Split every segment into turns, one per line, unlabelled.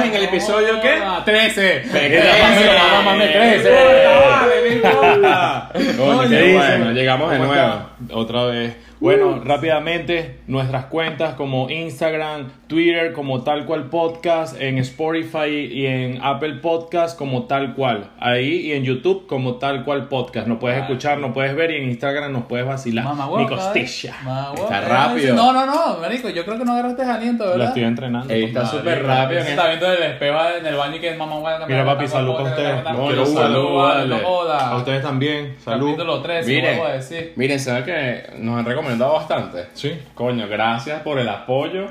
¿Episodio qué?
Ah, 13.
crece.
me
Corta,
crece.
vale, me importa.
Coño,
¿qué
qué
dice?
bueno, llegamos de
¿Cómo
nuevo.
está?
Otra vez. Bueno,
Uh.
rápidamente, nuestras cuentas como Instagram, Twitter, como tal cual podcast, en Spotify y en Apple Podcast, como tal cual. Ahí y en YouTube, como tal cual podcast. No puedes escuchar, no puedes ver y en Instagram nos puedes vacilar.
Ah. Mamá
Ni
huevo,
costilla.
cabrón. Mamá huevo.
Está
Eh,
rápido.
No, no, no, marico, yo creo que no agarraste aliento, ¿verdad?
Lo estoy entrenando.
Ey, está
compadre.
súper rápido. en este-
Se
esto.
está viendo el espejo en el baño y que es mamá huevo.
Mira, papi, salud para ustedes.
No,
No,
Quiero
quiero
salud,
salud,
vale.
vale. No
A
jodas.
ustedes también. Salud.
Capítulo 13,
Mire.
vuelvo a decir.
Miren, ¿saben que nos han recomendado bastante?
Sí.
Coño, gracias por el apoyo.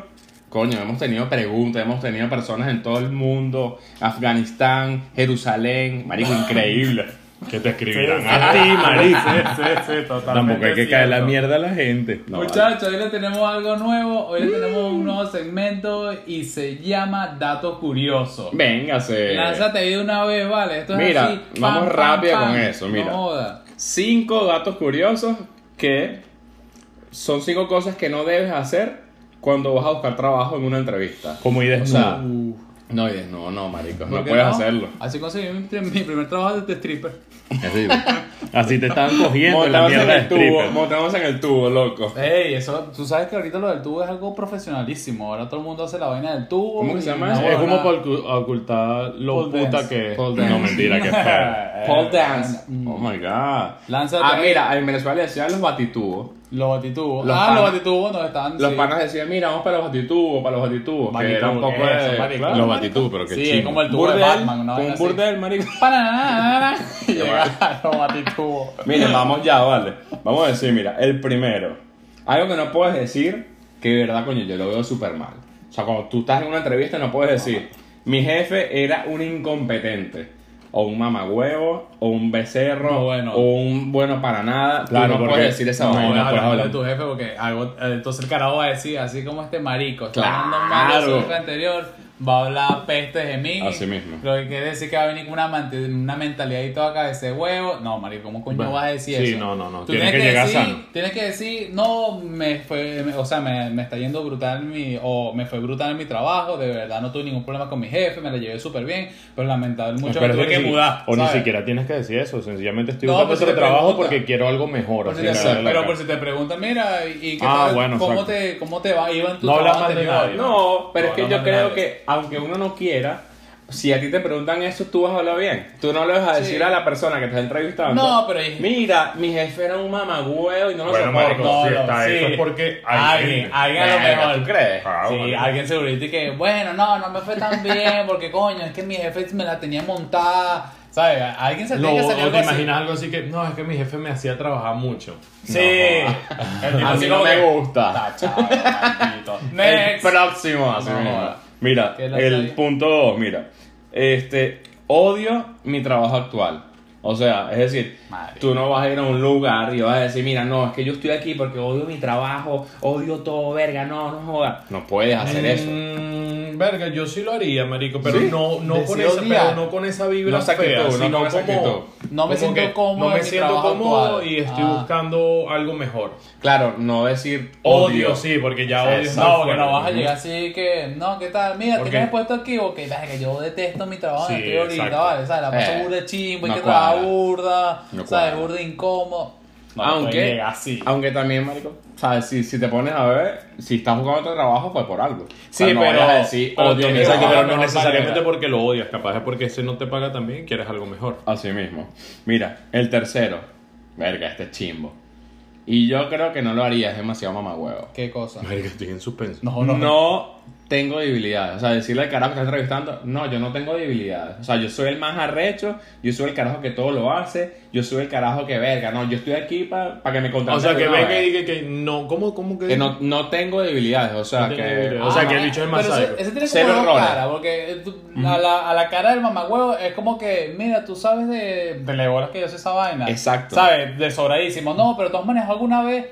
Coño, hemos tenido preguntas, hemos tenido personas en todo el mundo, Afganistán, Jerusalén, marico, increíble.
Que te escribirán a ti, marico. Tampoco hay que caer la mierda a la gente. No, vale.
Muchachos, hoy le tenemos algo nuevo, hoy le tenemos un nuevo segmento y se llama Datos Curiosos.
Véngase.
Lánzate ahí de una vez, vale. Esto es
Eh. Mira,
así. pam,
vamos
pam,
rápido
pam.
con eso, mira.
No joda.
Cinco datos curiosos que son cinco cosas que no debes hacer cuando vas a buscar trabajo en una entrevista.
Como y
O sea,
desnudo.
no, y dices, no, no, marico,
¿Por
no
qué
puedes hacerlo.
Así conseguí mi, prim- mi primer trabajo de stripper.
Así te están cogiendo en la
Montamos en
mierda de
el tubo,
stripper.
montamos en el tubo, loco.
Ey, eso, tú sabes que ahorita lo del tubo es algo profesionalísimo. Ahora todo el mundo hace la vaina del tubo.
¿Cómo que
y
se llama
la
eso?
Es
bola.
como para ocu- ocultar lo
Ah. Pole
puta
dance. Mm.
que es.
Pole dance.
No, mentira, que
Eh,
feo.
Pole dance. Oh my god.
Lánzate.
Ah, mira, en Venezuela le decían los batitubos.
Los batitubos.
Los
ah,
panas.
los batitubos no están.
Los
sí.
panas decían, mira, vamos para los batitubos, para los batitubos. Que
Batitubos,
era un poco
eso,
de.
marico.
Claro, marico.
Los batitubos, pero qué
Sí, es
chino.
como el tubo de Batman, ¿no?
con un burdel, marico.
Pananana. Llegaron batitubos.
Miren, vamos ya, vale. Vamos a decir, mira, el primero. Algo que no puedes decir, que de verdad, coño, yo lo veo súper mal. O sea, cuando tú estás en una entrevista no puedes decir, mi jefe era un incompetente. O un mamagüevo, o un becerro,
No, bueno.
o un bueno para nada. Tú
Claro,
no
porque-
puedes decir esa
no,
vaina. pues,
No,
Ahí
no,
puedes
hablando
hablar.
de tu jefe porque algo- eh, entonces el carajo va a decir, así como este marico, está
Claro.
hablando mal de su jefe anterior, va a hablar pestes de mí.
Así mismo.
Lo que quiere decir que va a venir con una, mante- una mentalidad y toda cabeza de huevo. No, marico, ¿cómo coño
Bueno,
vas a decir
sí,
eso?
no, no, no.
Tú
Tienes que llegar
decir,
sano.
Tienes que decir, no, me fue, me- o sea, me, me está yendo brutal mi, o me fue brutal en mi trabajo, de verdad no tuve ningún problema con mi jefe, me la llevé súper bien, pero lamentablemente mucho me
Pero
tuve
es
que
ni-
mudar.
O
¿sabes?
ni siquiera tienes que decir eso. Sencillamente estoy
No,
buscando
pues si
otro
te
trabajo
preguntan.
porque quiero algo mejor.
Por si
así
te-
me vale la
pero
cara.
por si te preguntan, mira, y qué
Ah,
tal,
bueno,
cómo,
exacto.
te, cómo te va, iba en tu
No hablas
trabajo
más de
anterior.
nadie.
No, pero es
No,
que
no
yo
me
creo
nadie.
que aunque uno no quiera, si a ti te preguntan eso, tú vas a hablar bien. Tú no le vas a
Sí.
decir a la persona que te está entrevistando.
No, pero es-
Mira, mi jefe era un mamagüeo y no lo
Bueno,
soporto.
marico,
no,
si
no,
está
sí.
eso es porque hay
Alguien,
gente.
alguien a lo
Verga,
mejor.
¿tú crees?
Ah,
Sí,
bueno.
alguien segurito y que, bueno, no, no me fue tan bien, porque coño, es que mi jefe me la tenía montada. ¿Sabes? Alguien se
Lo-
tiene que salir
o
algo
te
así.
imaginas algo así que, no, es que mi jefe me hacía trabajar mucho.
Sí. El tipo
A mí
así
no
como
me
que,
gusta.
"Está chavo, maldito".
El
Next.
próximo, así
No,
mismo.
joda.
Mira,
Que la
el
traiga.
punto 2, mira. Este, odio mi trabajo actual. O sea, es decir,
Madre.
tú no vas a ir a un lugar y vas a decir, mira, no, es que yo estoy aquí porque odio mi trabajo, odio todo, verga, no, no jodas. Mm. No puedes hacer eso.
Mm, verga, yo sí lo haría, marico, pero
¿Sí?
no, no, con
Decir
esa,
odiar.
pero no con esa vibra
No esa actitud,
fea,
no
sino
con esa
como-
actitud.
No me
como
siento
que
cómodo
No
en
me
mi
siento
trabajo
cómodo
actual.
y estoy
Ah.
buscando algo mejor.
Claro, no decir
Odio, sí, porque ya odio. es
Exacto.
muy
No, que no
fuerte.
vas a llegar así que, no, ¿qué tal? Mira,
¿Por
tienes
qué?
puesto aquí, ok, verga, que yo detesto mi trabajo en
Sí,
el ahorita,
exacto.
¿vale? ¿Sabes? La paso
Eh,
burda de chimbo, hay
no
que trabajar
cuadra.
burda,
No cuadra.
¿sabes? Burda de incómodo. No, puedes
aunque,
llegar así.
aunque también, marico, sabes, si, si te pones a ver, si estás buscando otro trabajo, fue por algo.
Sí,
O sea, no
pero-
vayas a decir,
Pero
odio mi
tienes- exacto,
trabajo.
pero
de
no
mejor
necesariamente
manera.
porque lo odias, capaz es porque si no te paga también quieres algo mejor.
Así mismo. Mira, el tercero. Verga, este es chimbo. Y yo creo que no lo haría, es demasiado mamagüevo.
¿Qué cosa?
Marico, estoy en suspenso.
No, no.
No tengo debilidades. O sea, decirle al carajo que está entrevistando, no, yo no tengo debilidades. O sea, yo soy el más arrecho, yo soy el carajo que todo lo hace, yo soy el carajo que verga. No, yo estoy aquí para que me contraten.
O sea,
de
que
una
venga
vez.
y diga que no, ¿cómo, cómo que?
Que no, no tengo debilidades, o sea
No tengo
que. ah,
debilidades. O sea, que el
man,
bicho es más
Ah, pero ese-
sádico.
Ese tiene
Cero
como dos
errores.
caras, porque eh, tú- a, la, a la cara del mamagüevo es como que, mira, tú sabes de, de la bolas que yo sé esa vaina.
Exacto.
¿Sabes? De sobradísimo. No, pero tú has manejado alguna vez.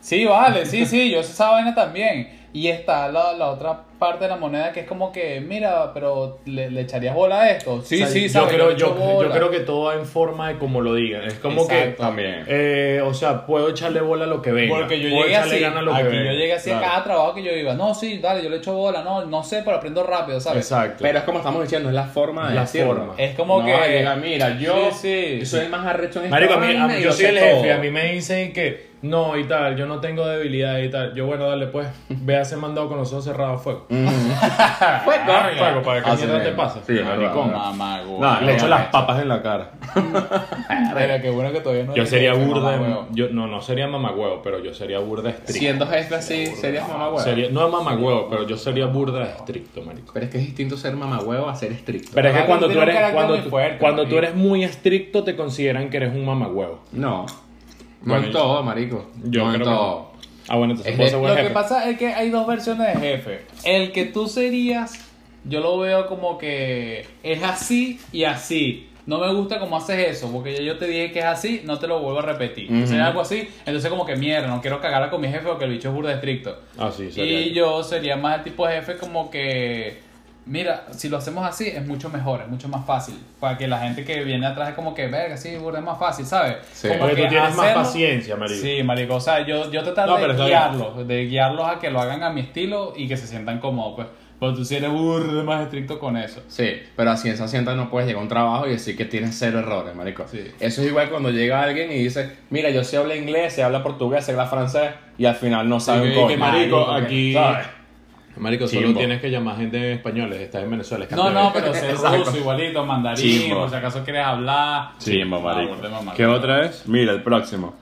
Sí, vale, sí, sí, yo sé esa vaina también. Y está la, la otra parte de la moneda que es como que, mira, pero le, le echarías bola a esto.
Sí, sí, yo
¿sabes?
creo,
Le echo
yo, yo
bola.
creo que todo va en forma de como lo digan. Es como
Exacto.
que,
También.
eh, o sea, puedo echarle bola a lo que venga.
Porque yo
puedo
llegué
echarle
así,
gana a lo que
aquí
venga.
yo llegué así
Claro.
a cada trabajo que yo iba. No, sí, dale, yo le echo bola, no, no sé, pero aprendo rápido, ¿sabes?
Exacto.
Pero es como estamos diciendo, es la forma de
La
decirlo.
forma.
Es como
No,
que-
llega, mira, yo
Sí, sí.
soy el más arrecho en esta
Marico, a mí, a
vaina
mí-
y
yo
lo
soy
sé
el jefe,
todo.
a mí me dicen que no y tal, yo no tengo debilidad y tal. Yo, bueno, dale, pues, ve a ese mandado con los ojos cerrados a fuego.
Fue
Ah,
verga.
fuego, para que
Así
mierda te
mismo.
pasa.
Sí, es verdad,
Maricón.
es verdad.
Mamá, güey.
Nah, le
Verga,
echo
me
las
echo.
papas en la cara.
Pero qué bueno que todavía no
Yo
dije
sería
que
burda.
mamá, huevo.
Yo, no, no sería mamagüeo, pero yo sería burda estricto.
Siendo jefe así, serías mamagüevo.
Sería- no es mamagüeo, pero yo sería burda estricto, marico.
Pero es que es distinto ser mamagüevo a ser estricto.
Pero es que
Algo
cuando
tiene un
tú eres,
carácter
cuando,
muy
tú-
fuerte,
cuando tú
marico.
eres muy estricto, te consideran que eres un mamagüeo.
No. No
Bueno,
en
yo-
todo, marico.
Yo
no en
creo
todo.
que. Ah, bueno, entonces
Es
puedo
de-
ser buen
Lo que
jefe.
pasa es que hay dos versiones de jefe. El que tú serías, yo lo veo como que es así y así. No me gusta cómo haces eso, porque ya yo te dije que es así, no te lo vuelvo a repetir.
Ujú.
Si es algo así, entonces como que mierda, no quiero cagarla con mi jefe porque el bicho es burda estricto.
Ah, sí, sería
Y yo sería más el tipo de jefe como que, mira, si lo hacemos así es mucho mejor, es mucho más fácil. Para que la gente que viene atrás es como que, verga, sí, burda es más fácil, ¿sabes?
Sí.
Como
Porque
que
tú tienes más
hacerlo-
paciencia, marico.
Sí, marico, o sea, yo, yo tratar
No, pero
de
está
guiarlos, de guiarlos a que lo hagan a mi estilo y que se sientan cómodos, pues. Pero tú sí eres burro más estricto con eso.
Sí, pero a ciencia cierta no puedes llegar a un trabajo y decir que tienes cero errores, marico.
Sí.
Eso es igual cuando llega alguien y dice, mira, yo sé habla inglés, se habla portugués, se habla francés, y al final no sabe un
que- que
coño.
marico,
¿sabes?
aquí- Marico, solo
Chimbo.
tienes que llamar gente española, estás en Venezuela. es
No,
cambio de-
no, pero ser
Exacto.
ruso igualito, mandarín,
Chimbo.
por si acaso quieres hablar.
Chimbo,
Ah,
marico.
volvemos, marico.
¿Qué otra es? Mira, el próximo.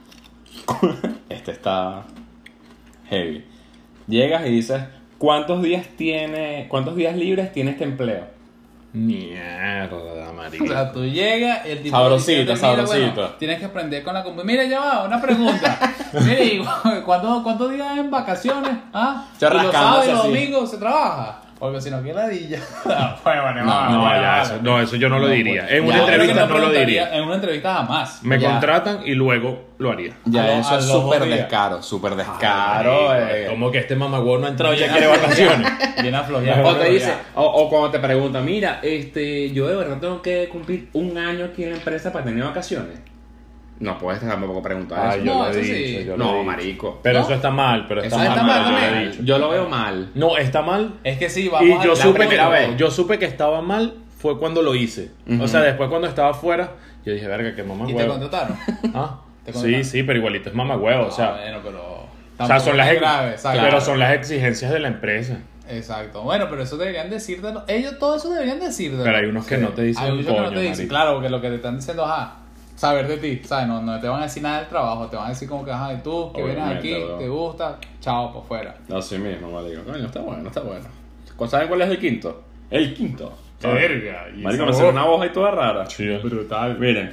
este está heavy. Llegas y dices, ¿cuántos días tiene, cuántos días libres tiene este empleo?
Mierda, marico.
O sea, tú llegas, el tipo
Sabrosito,
diciéndote, "Mira,
sabrosito".
bueno, tienes que aprender con la compu- Mira, ya va, una pregunta. Mira, ¿y cu- ¿cuántos cuántos días en vacaciones? ¿Ah?
Yo
¿Y los
rascándose
sábados y los
así.
domingos se trabaja? Porque si no, qué ladilla. Bueno, bueno,
No,
No,
bueno,
ya,
bueno.
eso, no, eso yo no lo
No,
diría.
pues,
En una
ya.
Yo creo que
entrevista no lo
preguntaría-
diría.
En una entrevista jamás.
Me
Ya.
contratan y luego lo haría.
Ya,
A lo-
eso
a
es
los
súper
días.
descaro, súper descaro. eh.
Como que este mamagüey no ha entrado y ya quiere vacaciones.
Bien aflojado.
O te dice, o, o cuando te preguntan, mira, este, yo de verdad tengo que cumplir un año aquí en la empresa para tener vacaciones. No puedes tampoco preguntar
Ah,
eso.
yo
No,
lo he
eso
dicho,
sí.
yo lo he
no,
dicho.
marico.
Pero
¿No?
eso está mal, pero está,
Eso
mal.
está
mal
yo lo he
también.
dicho.
Yo lo veo mal.
No, está mal.
Es que sí, vamos
Y
a-
yo
la
supe, que,
primera
primera vez.
yo supe que estaba mal fue cuando lo hice. O sea, después cuando estaba afuera, yo dije, verga, que mamá
¿Y te
huevo.
contrataron?
Ah,
¿Te
sí,
contrataron?
sí, pero igualito es mamá huevo. o sea,
Ah, bueno, pero...
o sea, son las ex-
graves,
pero son las exigencias de la empresa.
Exacto. Bueno, pero eso deberían decírtelo. Ellos todo eso deberían decírtelo.
Pero hay unos que no te dicen
Hay
un
muchos que
coño,
no te dicen,
marico.
claro, porque lo que te están diciendo, ajá, saber de ti, ¿sabes? No, no te van a decir nada del trabajo, te van a decir como que, ajá, y tú, que vienes
Obviamente,
aquí,
bro.
te gusta, chao, por fuera.
Así mismo, marico. Coño, está bueno, está bueno. ¿Saben cuál es el quinto? El quinto. Ah.
Verga, y
Marico,
esa
me salió
voz.
una voz ahí toda rara.
Sí, es
brutal. Miren,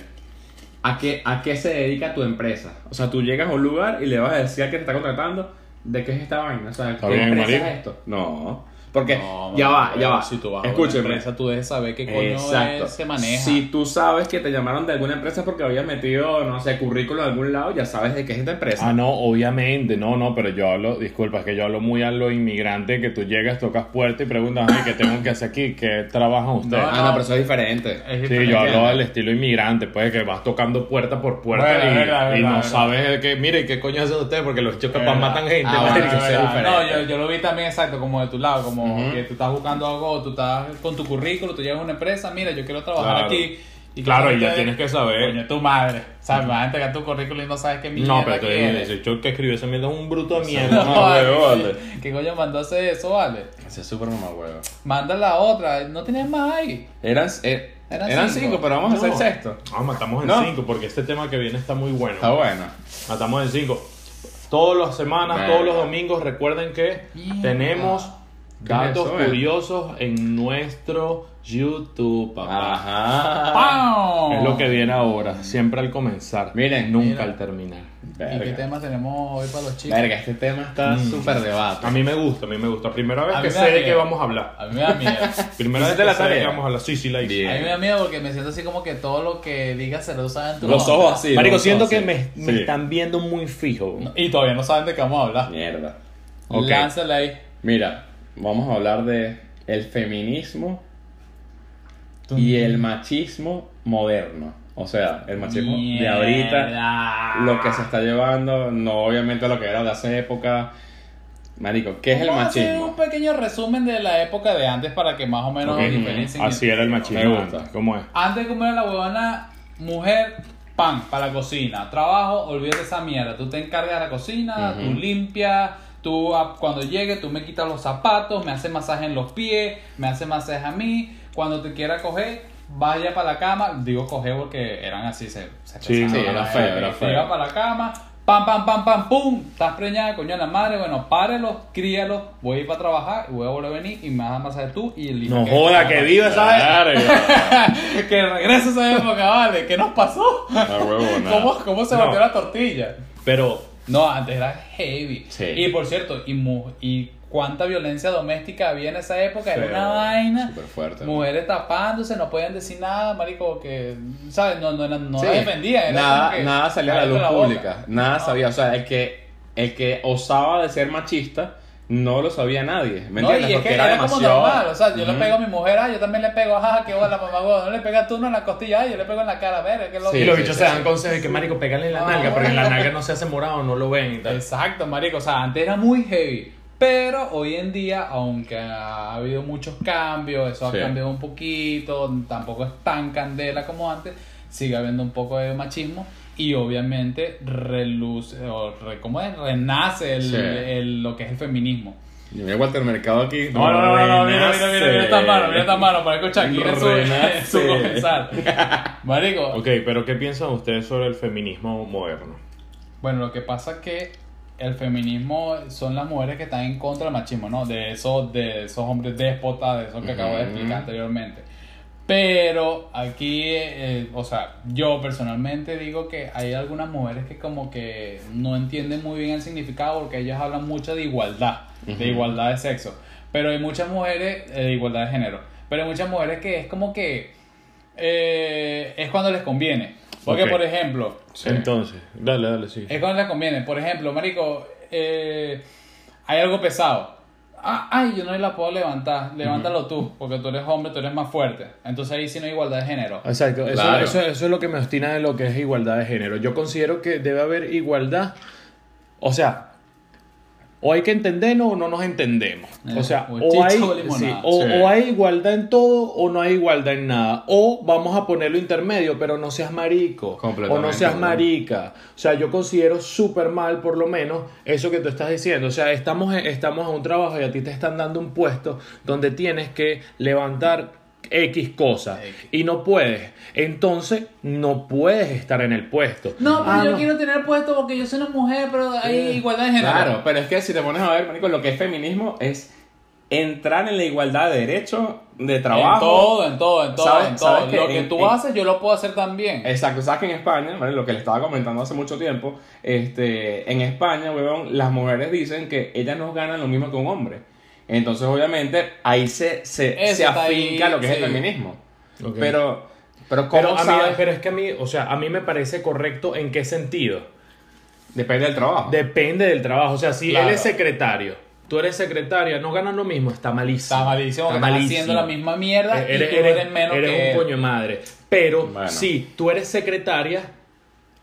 ¿a qué, ¿a qué se dedica tu empresa? O sea, tú llegas a un lugar y le vas a decir al que te está contratando de qué es esta vaina. O sea, ¿qué
bien,
empresa
marico.
es esto? No. Porque
No,
ya va,
marico,
ya va.
Si tú vas a
Escúcheme.
una empresa, tú debes saber qué coño
Exacto.
es- se maneja.
Si tú sabes que te llamaron de alguna empresa porque habías metido, no sé, currículo de algún lado, ya sabes de qué es esta empresa.
Ah, no, obviamente, no, no, pero yo hablo, disculpa, es que yo hablo muy a lo inmigrante, que tú llegas, tocas puerta y preguntas, ay, ¿qué tengo que hacer aquí? ¿Qué trabajan ustedes?
No,
Ah, no, pero eso es diferente.
Es
sí,
diferente.
yo hablo al estilo inmigrante, pues, que vas tocando puerta por puerta
Verdad,
y,
verdad,
y
verdad,
no
verdad.
sabes que, mire, ¿qué coño hacen ustedes? Porque los chicos capaz
Verdad.
matan gente,
Ah, bueno,
marico.
es diferente.
No, yo, yo lo vi también exacto, como de tu lado, como
Ujú.
que tú estás buscando algo, tú estás con tu currículo, tú llegas a una empresa, mira, yo quiero trabajar
Claro.
aquí.
Claro, y
ustedes-
ya tienes que saber.
Coño, tu madre. O sea, me vas a entregar tu currículo y no sabes qué mierda
No, pero tú
quieres.
dices, el chico que escribió esa mierda es un bruto de mierda.
No,
no,
vale.
huevón, vale.
¿Qué coño mandó a hacer eso, vale?
Ese es súper mamahuevo.
Manda la otra, no tienes más ahí.
Eran, eh,
Eran
eran,
cinco.
cinco. pero vamos a hacer
No.
sexto.
Vamos, matamos en
No.
5, porque este tema que viene está muy bueno.
Está bueno.
Matamos en 5. Todas las semanas,
Verga.
todos los domingos, recuerden que
Mierda.
tenemos
¿Qué es
datos
eso, eh?
curiosos en nuestro YouTube, papá.
Ajá.
¡Pam!
Ah, Es lo que viene ahora, siempre al comenzar.
Miren,
nunca
mira.
al terminar.
¿Y qué
Verga.
temas tenemos hoy para los chicos?
Verga, este tema está súper debate.
Mm. A mí me gusta, a mí me gusta. Primera vez
A
que
mí me
sé
da
de qué
miedo.
vamos a hablar.
A mí me da miedo.
Primera vez
¿Hiciste
que
la
sé de qué
tarea?
vamos a hablar. Sí, sí, la hice.
Bien.
A mí me da miedo porque me siento así como que todo lo que digas se reduce en tu
Los
contra.
ojos así.
Marico,
los
siento
ojos
que
así.
me, me
Sí.
están viendo muy fijo.
Y todavía no saben de qué vamos a hablar.
Mierda.
Ok.
Lánzala ahí.
Mira, vamos a hablar de el feminismo y el machismo moderno. O sea, el machismo de ahorita,
Mierda.
lo que se está llevando, no obviamente lo que era de hace época. Marico, ¿qué es el
Vamos a hacer un
machismo?
pequeño resumen de la época de antes para que más o menos
Ok,
diferencien.
Así era el machismo
Me gusta.
antes. ¿Cómo es?
Antes como era la huevona mujer, pan, para la cocina, trabajo, olvídate esa mierda. Tú te encargas de la cocina,
Ujú.
tú limpias, tú ah, cuando llegue tú me quitas los zapatos, me haces masaje en los pies, me haces masaje a mí. Cuando te quiera coger, vaya para la cama. Digo coger porque eran así, se, se
Sí,
pesaban, Eh,
sí, era
¿no?
feo, era
Te
feo.
Iba para la cama. Pam, pam, pam, pam, pum. Estás preñada, coño de la madre. Bueno, párelos, críalos. Voy a ir para trabajar, voy a volver a venir y me vas a masaje tú y el hijo
No joda, que viva esa
que regrese esa época, vale. ¿Qué nos pasó?
La huevona.
¿Cómo, cómo se
No.
volteó la tortilla?
Pero
No, antes era heavy.
Sí.
Y por cierto, y, mu- y cuánta violencia doméstica había en esa época. Era
Feo,
una vaina.
Súper fuerte.
Mujeres tapándose, no podían decir nada, marico, que, ¿sabes? No, no, no, no
Sí.
la defendían. era
nada,
como que-
nada salía a la luz
cállate boca.
pública.
Ah,
Nada sabía. O sea, el que, el que osaba de ser machista no lo sabía nadie. ¿Me
No,
entiendes?
y es
Porque
que
era,
era,
demasiado.
como normal, o sea, yo le
Ujú.
pego a mi mujer, ah, yo también le pego, ajá, qué bola, mamá, huevo, no le pegas tú, no en la costilla, ah, yo le pego en la cara, verga, qué loco.
Sí,
y los
sí,
bichos
sí,
se
sí.
dan consejos de que marico, pégale en la
No.
nalga, pero en la nalga no se hace morado, no lo ven y tal.
Exacto, marico. O sea, antes era muy heavy. Pero hoy en día, aunque ha habido muchos cambios, eso ha
Sí.
cambiado un poquito, tampoco es tan candela como antes, sigue habiendo un poco de machismo y obviamente reluce, o re- ¿cómo es? Renace el-
Sí.
el- lo que es el feminismo.
Y mira Walter Mercado aquí.
No, no, no, no,
Mira, mira, mira, mira esta mano, mira esta mano, parezco Shakira en su- en su,
Renace.
comensal. Marico,
Ok, pero ¿qué piensan ustedes sobre el feminismo moderno?
Bueno, lo que pasa es que el feminismo son las mujeres que están en contra del machismo, ¿no? De esos, de esos hombres déspotas, de esos que acabo de
Ujú.
explicar anteriormente. Pero aquí, eh, o sea, yo personalmente digo que hay algunas mujeres que como que no entienden muy bien el significado porque ellas hablan mucho de igualdad,
Ujú.
de igualdad de sexo. Pero hay muchas mujeres, eh, de igualdad de género, pero hay muchas mujeres que es como que eh, es cuando les conviene. Porque,
Ok.
por ejemplo,
Entonces, dale, dale, sí.
es cuando les conviene. Por ejemplo, marico, eh, hay algo pesado. Ah, ay, yo no la puedo levantar. Levántalo tú, porque tú eres hombre, tú eres más fuerte. Entonces ahí sí no hay igualdad de género.
Exacto, eso,
Claro.
eso- eso es lo que me obstina de lo que es igualdad de género. Yo considero que debe haber igualdad, o sea, o hay que entendernos o no nos entendemos. O sea,
Eh, o
o hay,
chicha o limonada.
sí, o-
Sí.
o hay igualdad en todo o no hay igualdad en nada. O vamos a ponerlo intermedio, pero no seas marico. O no
Completamente,
seas
¿no?
marica. O sea, yo considero súper mal, por lo menos, eso que tú estás diciendo. O sea, estamos en, estamos en un trabajo y a ti te están dando un puesto donde tienes que levantar X cosas
X.
y no puedes. Entonces, no puedes estar en el puesto.
No, pero
Ah,
yo
no.
quiero tener puesto porque yo soy una mujer, pero hay igualdad de género.
Claro, pero es que si te pones a ver, marico, lo que es feminismo es entrar en la igualdad de derechos, de trabajo.
En todo, en todo, en todo,
¿Sabes-
en todo.
sabes que
lo que
en-
tú
en-
haces, yo lo puedo hacer también.
Exacto, sabes que en España, ¿vale? lo que le estaba comentando hace mucho tiempo, este, en España, huevón, las mujeres dicen que ellas no ganan lo mismo que un hombre. Entonces, obviamente, ahí se, se,
Eso
se
está
afinca
ahí,
lo que es el
sí.
feminismo.
Ok.
Pero, pero ¿cómo
Pero, a mí-
sabes?
pero es que a mí, o sea, a mí me parece correcto en qué sentido.
Depende del trabajo.
Depende del trabajo. O sea, si
Claro.
él es secretario, tú eres secretaria, no ganas lo mismo, está malísimo.
Está malísimo,
Está
porque estás
malísimo.
haciendo la misma mierda
Eh, Eres,
y tú eres,
eres-
menos
eres
que
un coño de madre. Pero
Bueno.
si tú eres secretaria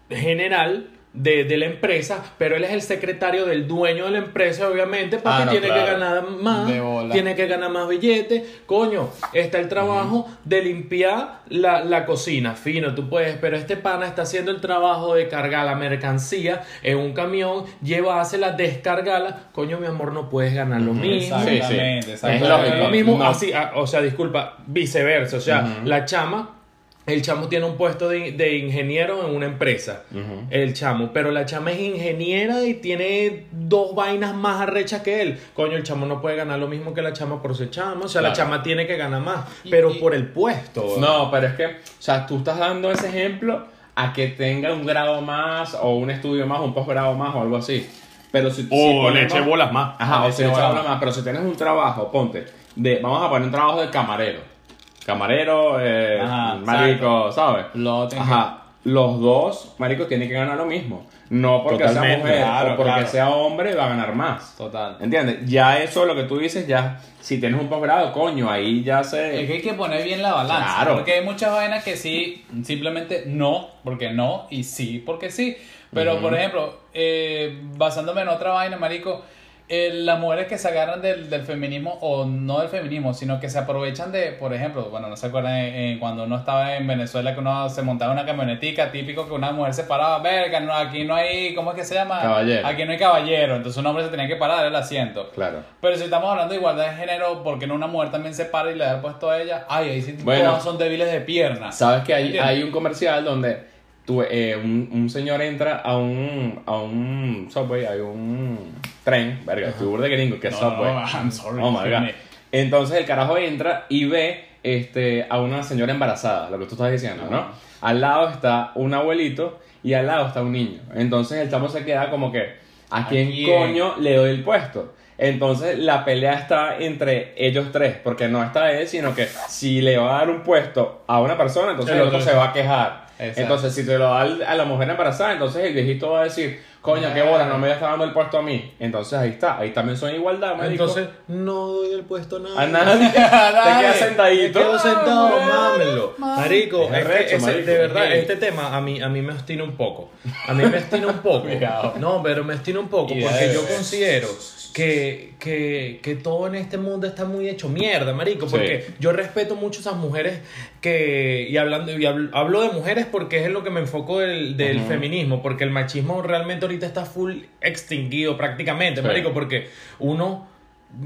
general de, de la empresa, pero él es el secretario del dueño de la empresa, obviamente, porque
Ah, no,
tiene que
claro.
ganar más,
De bola.
tiene que ganar más billetes. Coño, está el trabajo de limpiar la, la cocina, fino, tú puedes, pero este pana está haciendo el trabajo de cargar la mercancía en un camión, llevársela, descargarla. Coño, mi amor, no puedes ganar lo mismo.
Sí, sí.
Exactamente, exactamente.
Es lógico.
Lo mismo,
No.
así, ah, o sea, disculpa, viceversa. O sea, la chama, el chamo tiene un puesto de, de ingeniero en una empresa.
Ujú.
El chamo, pero la chama es ingeniera y tiene dos vainas más arrechas que él. Coño, el chamo no puede ganar lo mismo que la chama por ser chama. O sea, la
Claro.
chama tiene que ganar más,
Y-
pero
y-
por el puesto.
No, pero es que, o sea, tú estás dando ese ejemplo a que tenga un grado más o un estudio más, un posgrado más o algo así. Pero si, si ponemos-
Oh, bolas más.
Ajá,
O
o
leche
sea, echa
bola.
bola más, pero si tienes un trabajo, ponte, de, vamos a poner un trabajo de camarero. Camarero, eh,
Ajá,
marico, ¿sabes?
Lo tengo.
Ajá, los dos, marico, tienen que ganar lo mismo. No porque
Totalmente,
sea mujer
claro,
o porque
claro.
sea hombre va a ganar más.
Total.
¿Entiendes? Ya eso, lo que tú dices, ya, si tienes un posgrado, coño, ahí ya
Es
se...
que hay que poner bien la balanza.
Claro.
Porque hay muchas vainas que sí, simplemente no, porque no, y sí, porque sí. Pero, por ejemplo, eh, basándome en otra vaina, marico, eh, las mujeres que se agarran del, del feminismo, o no del feminismo, sino que se aprovechan de, por ejemplo, bueno, no se acuerdan eh, eh, cuando uno estaba en Venezuela que uno se montaba en una camionetica, típico que una mujer se paraba, verga, no, aquí no hay, ¿cómo es que se llama?
Caballero.
Aquí no hay caballero, entonces un hombre se tenía que parar del asiento.
Claro.
Pero si estamos hablando de igualdad de género, ¿por qué no una mujer también se para y le da el puesto a ella? Ay, ahí sí
Bueno.
todas son débiles de piernas.
Sabes que hay,
Entiendo.
hay un comercial donde tú, eh, un, un señor entra a un, a un subway, hay un tren, verga, estoy burda de gringo, que es subway.
I'm sorry.
Oh my god. Entonces el carajo entra y ve este, a una señora embarazada, lo que tú estás diciendo, ¿no? Al lado está un abuelito y al lado está un niño. Entonces el chamo se queda como que, ¿a quién,
quién?
coño le doy el puesto? Entonces la pelea está entre ellos tres, porque no está él, sino que si le va a dar un puesto a una persona, entonces
El
el otro
otro
se va a quejar.
Exacto.
Entonces si te lo da al- a la mujer embarazada, entonces el viejito va a decir, coño, qué bola, no me está dando el puesto a mí. Entonces ahí está, ahí también son igualdad, marico.
Entonces, no doy el puesto a nadie.
A nadie. Te
Dale.
quedas sentadito. Ah,
Quedo sentado,
bueno,
mámelo. Marico,
Es
es que
arrecho,
ese-
marico.
de verdad,
Ey.
este tema a mí, a mí me ostina un poco. A mí me ostina un poco.
Cuidado.
no, pero me ostina un poco
Idea
porque
de
yo
bebé.
considero que, que, que todo en este mundo está muy hecho mierda, marico.
Sí.
Porque yo respeto mucho esas mujeres que. Y hablando y hablo, hablo de mujeres porque es en lo que me enfoco del, del feminismo. Porque el machismo realmente ahorita está full extinguido prácticamente,
Sí.
marico. Porque uno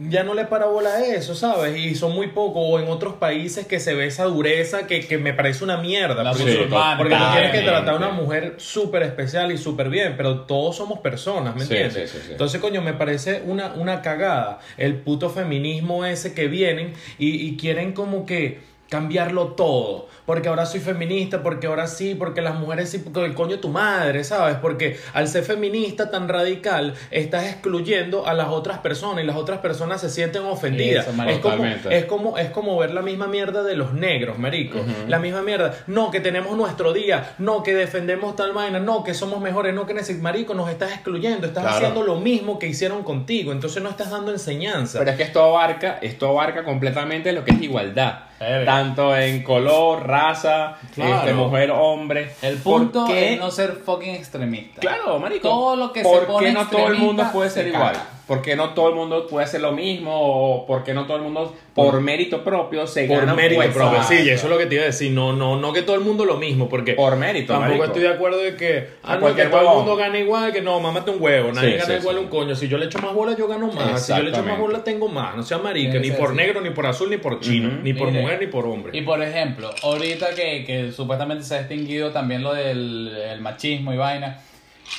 ya no le parabola a eso, ¿sabes? Y son muy pocos. O en otros países que se ve esa dureza que, que me parece una mierda.
La
porque
musulmana,
porque tú tienes que
totalmente.
tratar a una mujer súper especial y súper bien, pero todos somos personas, ¿me
Sí,
entiendes?
sí, sí, sí.
Entonces, coño, me parece una, una cagada el puto feminismo ese que vienen y, y quieren como que cambiarlo todo. Porque ahora soy feminista, porque ahora sí, porque las mujeres sí, porque el coño de tu madre, ¿sabes? Porque al ser feminista tan radical, estás excluyendo a las otras personas y las otras personas se sienten ofendidas.
Eso, marico.
es, como,
Totalmente.
es como, es como ver la misma mierda de los negros, marico. La misma mierda. No, que tenemos nuestro día. No, que defendemos tal vaina. No, que somos mejores. No, que necesitamos. Marico, nos estás excluyendo. Estás
Claro.
haciendo lo mismo que hicieron contigo. Entonces no estás dando enseñanza.
Pero es que esto abarca, esto abarca completamente lo que es igualdad.
Verga.
Tanto en color, raza,
Claro.
este, mujer, hombre.
El
¿Por
punto
qué?
es no ser fucking extremista.
Claro, marico.
Todo lo que se
¿Por
pone
qué no todo el mundo
extremista
puede
se
ser
caga.
igual? ¿Por qué no todo el mundo puede ser lo mismo? ¿O por qué no todo el mundo, por mérito propio, se
por
gana un
mérito
puesto?
propio. Sí, y eso es lo que te iba a decir. No, no, no que todo el mundo lo mismo. Porque
Por mérito,
tampoco
marico.
estoy de acuerdo de que,
A
ah, no, que
cualquier
todo el
huevón.
mundo gana igual. Que no, mámate un huevo. Nadie
Sí,
gana
sí,
igual
sí.
un coño. Si yo le echo más bola, yo gano más. Si yo le echo más
Exactamente.
bola, tengo más. No sea marica.
Tiene
Ni
que ser
por
así.
negro, ni por azul, ni por chino.
Ujú.
Ni por
Mire.
mujer, ni por hombre.
Y por ejemplo, ahorita que, que supuestamente se ha extinguido también lo del el machismo y vaina.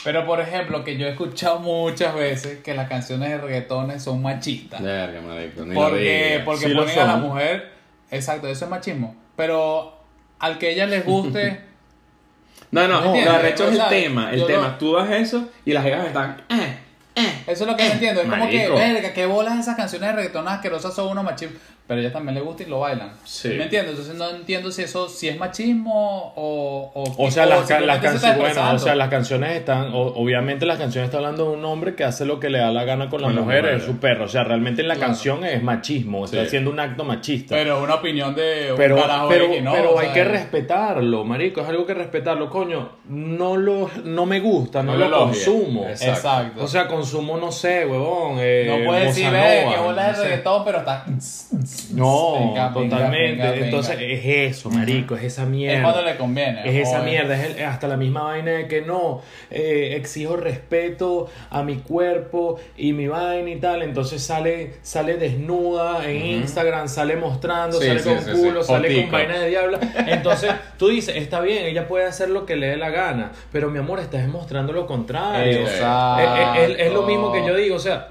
Pero por ejemplo, que yo he escuchado muchas veces que las canciones de reggaetones son machistas.
Verga, marico, ni lo
Porque,
digas.
porque
Sí lo
ponen a la
son.
mujer. Exacto, eso es machismo. Pero al que ella les guste.
No,
¿Me
no, no,
entiendes?
lo arrecho es
O sea,
el tema. El
yo
tema,
no-
tú das eso y las hijas están. "Eh,
Eso es lo que yo entiendo. Es como que,
marico.
verga, que bolas esas canciones de reggaetón asquerosas son unos machismo. Pero a ellas también les gusta y lo bailan.
Sí.
¿Me entiendes? Entonces no entiendo si eso si es machismo o. O,
O sea, las, ca- las
simplemente se está
canciones, bueno, o
expresando.
sea, las canciones están, o- obviamente las canciones están hablando de un hombre que hace lo que le da la gana con las
Con las
mujeres,
mujeres.
es su perro. O sea, realmente en la
Claro.
canción es machismo, está
Sí.
haciendo un acto machista. Pero,
Pero es una opinión de un
pero,
carajo
pero,
X, ¿no? O
hay
sea,
que respetarlo, marico, es algo que respetarlo, coño. No lo, no me gusta, no,
No
lo,
lo elogies.
consumo.
Exacto.
Exacto.
O sea, consumo, no sé, huevón. eh,
no puedes decir,
bossa
verga,
nova,
que bolas
no
de
sé.
reggaetón, pero está.
No,
Venga, venga,
totalmente.
venga, venga.
Entonces, es eso, marico, es esa mierda.
Es cuando le conviene.
Es esa
o
mierda, es el- eh, hasta la misma vaina de que no, eh, exijo respeto a mi cuerpo y mi vaina y tal. Entonces sale, sale desnuda en Instagram, sale mostrando,
Sí,
sale
sí,
con
sí,
culo,
sí.
sale con
Fotico.
vaina de diabla. Entonces tú dices, está bien, ella puede hacer lo que le dé la gana, pero mi amor, estás demostrando lo contrario.
Exacto.
Es- es- es- es lo mismo que yo digo, o sea,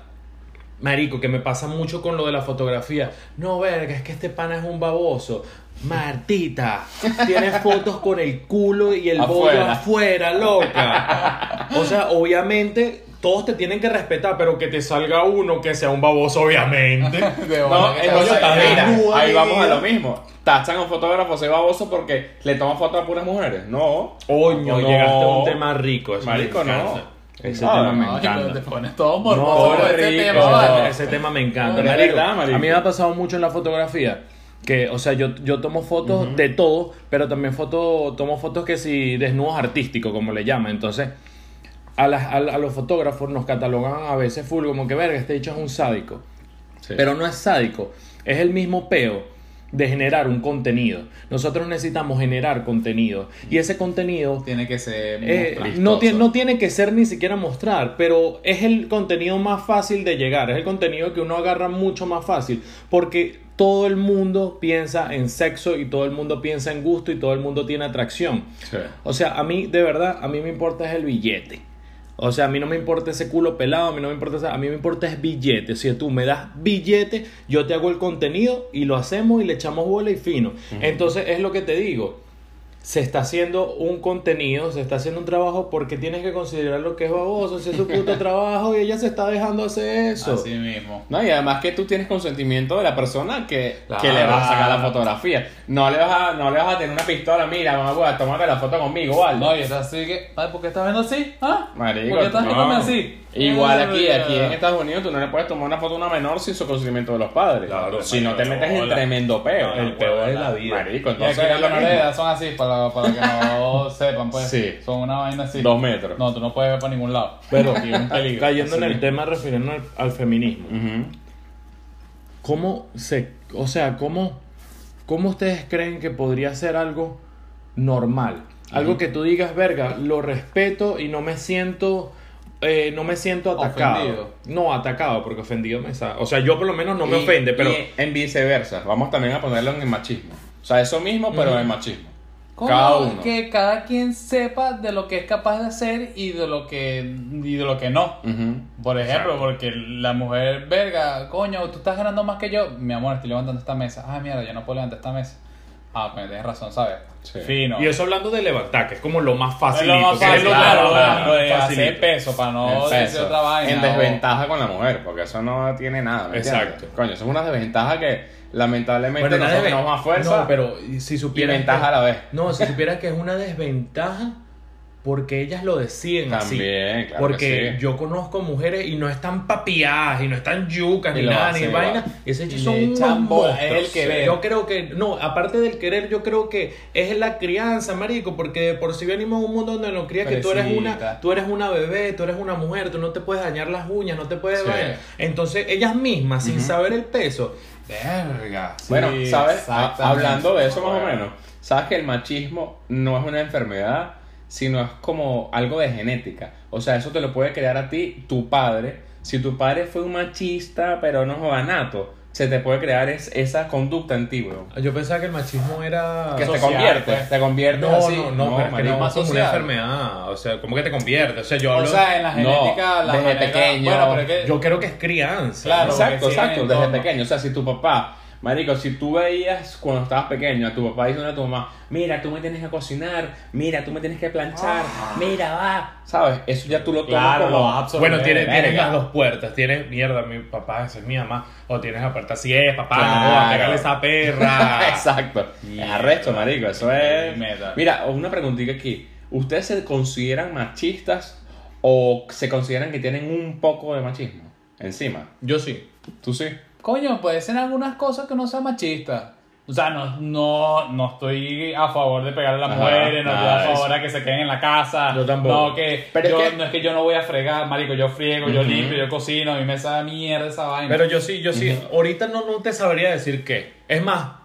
Marico, que me pasa mucho con lo de la fotografía. No, verga, es que este pana es un baboso. Martita, tienes fotos con el culo y el bollo
Afuera.
afuera, loca. O sea, obviamente todos te tienen que respetar, pero que te salga uno que sea un baboso, obviamente.
De
No,
bola.
entonces,
cosa que
mira,
actúa
ahí
y-
vamos a lo mismo. Tachan a un fotógrafo se baboso porque le toma fotos a puras mujeres. No.
Oño,
No.
llegaste a un tema rico. eso me
Marico, no.
encanta. Ese
No,
tema me
Ay,
encanta.
pero te pones todo
No,
morboso con este
rico.
tema, vale.
Ese tema me encanta.
Pero es
marico.
verdad, marico.
A mí me ha pasado mucho en la fotografía. Que, o sea, yo, yo tomo fotos de todo, pero también foto, tomo fotos que si desnudos artísticos, como le llaman. Entonces, a, las, a, a los fotógrafos nos catalogan a veces full como que, verga, este dicho es un sádico. Pero no es sádico, es el mismo peo de generar un contenido. Nosotros necesitamos generar contenido. Y ese contenido
Tiene que ser.
eh,
mostrado.
no, tiene, no tiene que ser ni siquiera mostrar, pero es el contenido más fácil de llegar, es el contenido que uno agarra mucho más fácil, porque todo el mundo piensa en sexo y todo el mundo piensa en gusto y todo el mundo tiene atracción.
Sí.
O sea, a mí, de verdad, a mí me importa es el billete. O sea, a mí no me importa ese culo pelado, a mí no me importa esa- a mí me importa es billete. Si tú me das billete, yo te hago el contenido y lo hacemos y le echamos bola y fino. Entonces, es lo que te digo. Se está haciendo un contenido, se está haciendo un trabajo porque tienes que considerar lo que es baboso, si es su puto trabajo y ella se está dejando hacer eso.
Así mismo.
No, y además que tú tienes consentimiento de la persona que, que
Claro.
le vas a sacar la fotografía. No le vas a, no le vas a tener una pistola, mira, mamá, güey, tómate la foto conmigo, ¿vale?
No, y está así que. Ay, ¿por qué estás viendo así? ¿Ah?
Marico,
¿Por qué estás
no.
viéndome así? Eh,
Igual aquí,
Verga.
aquí en Estados Unidos tú no le puedes tomar una foto a una menor sin su consentimiento de los padres.
Claro,
si no te
marico,
metes en
hola.
tremendo peo.
El
No,
peo
huevona.
de la vida.
Marico,
Y aquí
entonces
las
es lo
menores de
mismo.
edad son así, para, para que no sepan, pues.
Sí.
Son una vaina así.
Dos metros.
No, tú no puedes ver para ningún lado.
Pero,
Aquí es un peligro.
cayendo en el tema, refiriéndonos al, al feminismo.
Ujú.
¿Cómo se, o sea, cómo, cómo ustedes creen que podría ser algo normal? Algo que tú digas, verga, lo respeto y no me siento, eh, no me siento atacado.
Ofendido.
No, atacado, porque ofendido me sa- O sea, yo por lo menos no me
Y-
ofende, pero
y en viceversa, vamos también a ponerlo en el machismo. O sea, eso mismo, pero
Ujú.
en machismo.
¿Cómo
Cada uno.
Que cada quien sepa de lo que es capaz de hacer y de lo que, y de lo que no.
Ujú.
Por ejemplo, porque la mujer, verga, coño, tú estás ganando más que yo. Mi amor, estoy levantando esta mesa. Ah, mierda, yo no puedo levantar esta mesa. Ah, pues tienes razón, ¿sabes?
Sí.
Fino.
y eso hablando de levantar, que es como lo más
es
fácil.
lo más fácil, claro, claro, de hacer
facilito.
peso para no
en,
decir
peso,
otra vaina.
en
o-
desventaja con la mujer, porque eso no tiene nada. ¿me entiendes?
Exacto.
Coño, eso es una desventaja que lamentablemente
Bueno,
nosotros
nadie-
tenemos más fuerza
No, pero si
y
supieras.
ventaja
que-
a la vez.
No, si supieras que es una desventaja porque ellas lo deciden así.
También, claro
Porque
que sí.
yo conozco mujeres y no están papiadas, y no están yucas,
Y
ni
lo
nada,
hacen
ni
igual.
vaina. Esos hechos
Y
son
le
unos
echan bola, es el
monstruos.
querer.
Yo creo que, no, aparte del querer, yo creo que es la crianza, marico, porque de por si venimos a un mundo donde nos cría que tú eres
Fresita.
una, tú eres una bebé, tú eres una mujer, tú no te puedes dañar las uñas, no te puedes
Sí.
vaina. Entonces, ellas mismas, sin saber el peso,
Verga.
Bueno,
sí,
¿sabes? Ha-
exactamente.
Hablando de eso más o
Bueno.
menos, ¿sabes que el machismo no es una enfermedad, sino es como algo de genética? O sea, eso te lo puede crear a ti tu padre. Si tu padre fue un machista, pero no jovanato, se te puede crear es- esa conducta antigua.
yo pensaba que el machismo era...
Que te
Social,
convierte,
pues.
te convierte
No,
así.
no, no, pero es que
marico.
no,
más
es como una
social.
enfermedad. O sea, ¿cómo que te convierte? O sea, yo
O
hablo-
sea, en la
No,
genética, la
desde
genética-
pequeño.
Bueno, pero es que.
yo creo que es crianza.
Claro,
exacto,
porque sí,
exacto,
en
desde
torno.
pequeño. O sea, si tu papá, marico, si tú veías cuando estabas pequeño a tu papá diciendo a tu mamá, mira, tú me tienes que cocinar, mira, tú me tienes que planchar, mira, va. ¿Sabes? Eso ya tú lo tomas
Ah. Claro,
como...
lo vas a absorber.
Bueno, tiene-
Verga.
tienen las dos puertas. Tienes, mierda, mi papá, esa es mi mamá. O tienes la puerta así, es, papá,
Claro.
no, pégale esa perra.
Exacto. Es arresto, marico, eso es...
Mierda.
Mira, una preguntita aquí. ¿Ustedes se consideran machistas o se consideran que tienen un poco de machismo encima?
Yo sí.
¿Tú sí?
Coño, puede ser algunas cosas que no sea machista. O sea, no, no, no estoy a favor de pegarle a las
Ajá,
mujeres, no estoy
nada
a
de
favor de que se queden en la casa.
Yo tampoco.
No, que
Pero es
yo-
que-
no es que yo no voy a fregar, marico, yo friego, yo
Ujú.
limpio, yo cocino, a mí me sabe mierda esa vaina.
Pero yo sí, yo sí. Ahorita no, no te sabría decir qué. Es más,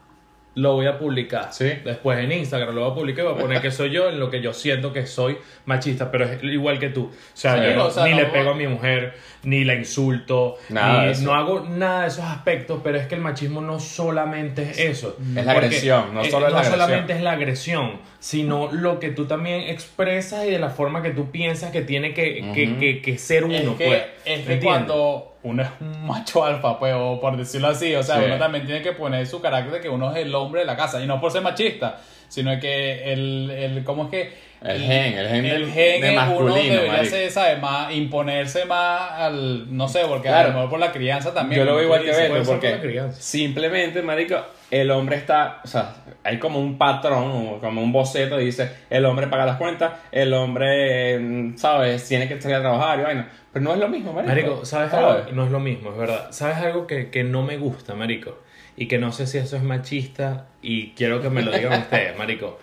lo voy a publicar.
Sí.
Después en Instagram lo voy a publicar y voy a poner que soy yo en lo que yo siento que soy machista, pero es igual que tú. O sea,
Sí,
yo no-
o sea,
ni
no-
le pego a mi mujer, ni la insulto,
Nada
ni-
de eso.
no hago nada de esos aspectos, pero es que el machismo no solamente es eso.
Es la
Porque,
agresión, no solo es la agresión.
solamente es la agresión, sino lo que tú también expresas y de la forma que tú piensas que tiene que, que-
Ujú.
que- que ser uno,
es que,
pues.
es que
¿Entiendes?
cuando uno es un macho alfa, pues, o por decirlo así, o sea,
Sí.
uno también tiene que poner su carácter de que uno es el hombre de la casa, y no por ser machista, sino que el, el ¿cómo es que?
El
Y
gen, el
el
gen del-
gen
de
es- uno
masculino,
debería
marico.
ser, ¿sabes? Más, imponerse más al, no sé, porque a
Claro.
lo mejor por la crianza también.
Yo lo veo
como
igual
tú
que
dices.
puede
Beto,
ser por la
porque
crianza.
simplemente, marico, el hombre está, o sea, hay como un patrón, o como un boceto, y dice, el hombre paga las cuentas, el hombre, eh, ¿sabes? Tiene que salir a trabajar y vaina. Pero no es lo mismo, marico.
Marico, ¿sabes algo? No es lo mismo, es verdad. ¿Sabes algo que, que no me gusta, Marico? Y que no sé si eso es machista y quiero que me lo digan ustedes, Marico.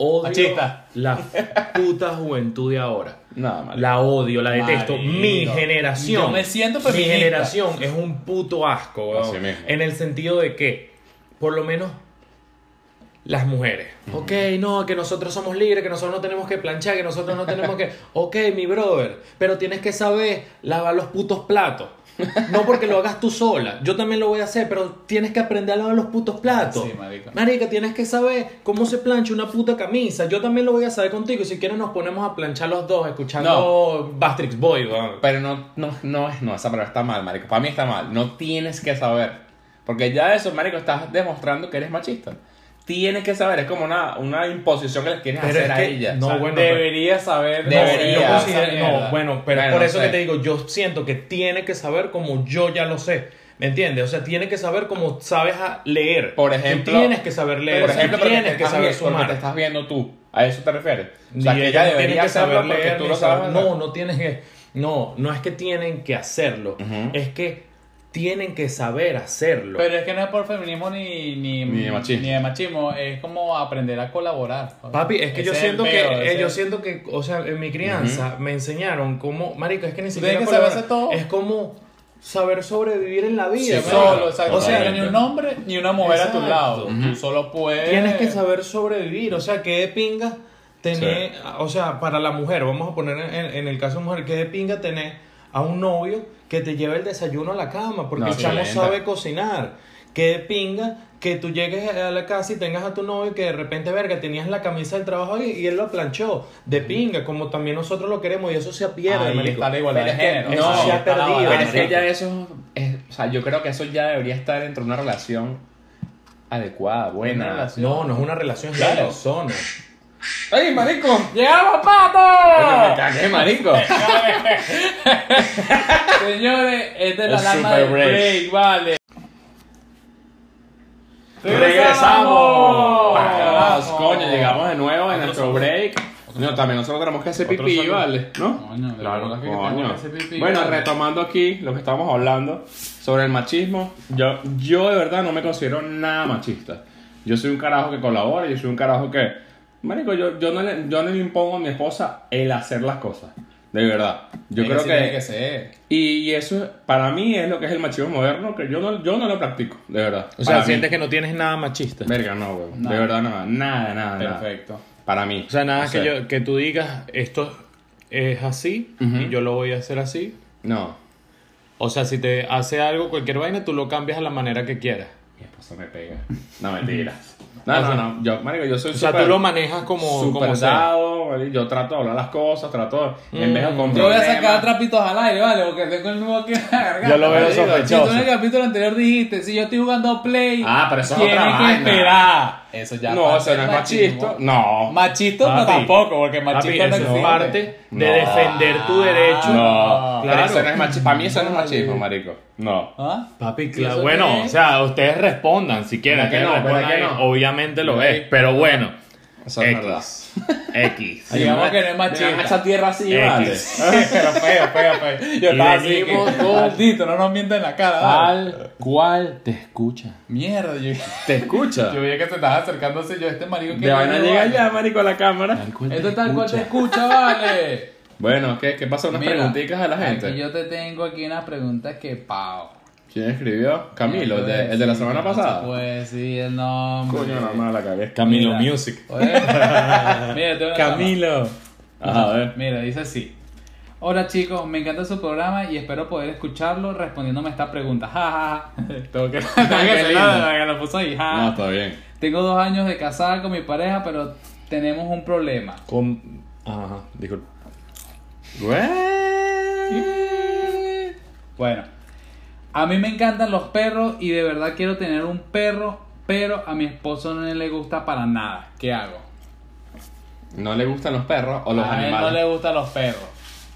Odio
Machista.
la puta juventud de ahora.
No, marico.
La odio, la detesto. Mi
Marico.
generación.
Yo me siento
Mi
feminista.
generación es un puto asco, weón.
Así mismo.
En el sentido de que, por lo menos, las mujeres. Ok, no, que nosotros somos libres, que nosotros no tenemos que planchar, que nosotros no tenemos que. Ok, mi brother, pero tienes que saber lavar los putos platos. No porque lo hagas tú sola. Yo también lo voy a hacer, pero tienes que aprender a lavar los putos platos.
Sí, marico.
Marica, tienes que saber cómo se plancha una puta camisa. Yo también lo voy a saber contigo. Y si quieres, nos ponemos a planchar los dos escuchando Bastrix Boy, weón.
Pero no, no, no, no, esa palabra está mal, marico. Para mí está mal. No tienes que saber. Porque ya eso, marico, estás demostrando que eres machista. Tienes que saber, es como una, una imposición que les quieres
Pero
hacer
es
a
que
ella.
no,
O sea,
bueno,
debería saber.
No,
Debería.
yo
esa
considero-
mierda.
no, bueno, pero
Bueno,
por
no
eso
sé.
que te digo, yo siento que tiene que saber como yo ya lo sé. ¿Me entiendes? O sea, tiene que saber como sabes a leer.
Por
Tú
ejemplo-
tienes que saber leer.
Por
tú
ejemplo, porque te
tienes que
estás
saber
vi- porque te
sumar.
estás viendo tú. ¿A eso te refieres? O sea,
Y
que
ellos
ella
no tienen
debería
que saber
saberlo porque
leer
tú
ni
lo
saber-
sabes.
No, no tienes que. No, no es que tienen que hacerlo.
Ujú.
Es que tienen que saber hacerlo.
Pero es que no es por feminismo ni, ni,
Ni de machismo.
ni de machismo, es como aprender a colaborar.
Papi, es que
Ese
yo siento
el
que,
peo,
eh,
ese-
yo siento que, o sea, en mi crianza me enseñaron cómo, marico, es que ni
Tú
siquiera
tienes que
colaborar,
saberse todo.
es como saber sobrevivir en la vida.
Sí,
marico.
solo, exacto.
o sea,
ni un hombre ni una mujer a tu
Exacto.
lado. Tú solo puedes.
Tienes que saber sobrevivir, o sea, que de pinga tener, o sea, para la mujer, vamos a poner en, en el caso de mujer, que de pinga tener a un novio que te lleve el desayuno a la cama, porque
No,
el chamo
excelente.
sabe cocinar, que de pinga que tú llegues a la casa y tengas a tu novio que de repente, verga, tenías la camisa del trabajo ahí y él lo planchó, de pinga, como también nosotros lo queremos y eso se pierde,
Ahí
marico.
está la igualdad
Pero
de
es que-
género.
no,
Ahí
se ha
está la
perdido,
Pero
balanza.
Ah, es que ya eso. es- o sea, yo creo que eso ya debería estar dentro de una relación adecuada,
Una
buena.
relación.
No, no es una relación, es
Claro.
una persona.
¡Ay, marico!
¡Llegamos,
Coño, Me
pato!
cagué, marico.
Señores, esta es
El
la alarma
super
del break,
break.
vale.
¡Vamos!
¡Vamos!
Coño, llegamos de nuevo a nuestro break. No, también nosotros tenemos que hacer pipí,
saludo.
¿vale? ¿No?
Coño, de verdad que
coño.
tenemos que hacer pipí,
Bueno,
vale.
retomando aquí lo que estábamos hablando sobre el machismo, yo, yo de verdad no me considero nada machista. Yo soy un carajo que colabora, yo soy un carajo que... Marico, yo, yo, no, le, yo no le impongo a mi esposa el hacer las cosas, de verdad. Yo
Tiene
creo
ser,
que...
tiene ser.
Y eso para mí es lo que es el machismo moderno, que yo no, yo no lo practico, de verdad.
O sea,
Para mí.
sientes que no tienes nada machista.
Verga, no, weón.
Nada.
De verdad, nada. Nada, nada, nada.
Perfecto.
Para mí.
O sea, nada
sé.
que, yo, que tú digas, esto es así y yo lo voy a hacer así.
No.
O sea, si te hace algo, cualquier vaina, tú lo cambias a la manera que quieras.
Mi esposa me pega. No, mentira. No, no, no. Yo, marico, yo soy
O sea,
súper-
tú lo manejas como,
súper
como sea.
dado, marico. Yo trato de hablar las cosas, trato de... En vez de con
Yo voy a sacar
problemas.
trapitos al aire, vale, porque tengo el nuevo aquí en la garganta.
Yo lo veo
marico.
sospechoso.
Si tú en el capítulo anterior dijiste, si yo estoy jugando Play,
Ah, pero eso es
tienes
otra
que
vaina.
esperar. Eso ya
No,
pasa,
eso no es machista. No.
Machisto no
Papi,
tampoco, porque machista
Papi,
no
eso
existe.
es parte de
No.
defender
Ah.
tu derecho.
no. Pero
Claro.
eso no es machismo. Para mí eso no es machismo, marico. No.
¿Ah?
Papi,
¿Y
claro.
eso qué
Bueno,
es?
o sea, ustedes respondan si quieren.
¿Verdad que
ustedes
no? ¿Verdad
respondan
que
ahí.
no?
Obviamente lo
¿Verdad?
es, pero bueno.
Eso es
X.
verdad.
X.
Digamos
Mira,
que no es Eh, machista.
mira, Esa tierra así, vale.
X.
Pero feo, feo, feo. Yo
Y
estaba así,
venimos
que, maldito, no nos mientas en la cara. vale.
Tal cual te escucha.
Mierda, yo,
¿Te escucha?
yo veía que se estaba acercando así yo, este marido que...
De vaina
no,
llega
vale.
ya, marico, a la cámara.
Esto es tal cual te escucha, vale.
Bueno, ¿qué, qué pasa? Unas
Mira,
preguntitas a la gente.
Aquí yo te tengo aquí unas preguntas que pao.
¿Quién escribió? Camilo, el de, el de la semana pasada.
Pues sí, el nombre.
Coño, no, no, la cagué.
Camilo
Mira.
Music.
Oye, mira, tengo una
Camilo. Ajá, a
cama.
ver.
Mira, dice así. Hola chicos, me encanta su programa y espero poder escucharlo respondiéndome a esta pregunta. Ja, ja, ja. Tengo que... tengo que
Qué
hacer
lindo.
nada, que la puso ahí. ja.
No, está bien.
Tengo dos años de casada con mi pareja, pero tenemos un problema.
Con... Ajá, disculpa.
Bueno, a mí me encantan los perros y de verdad quiero tener un perro, pero a mi esposo no le gusta para nada. ¿Qué hago?
No le gustan los perros o los
a él no
animales.
le gustan los perros.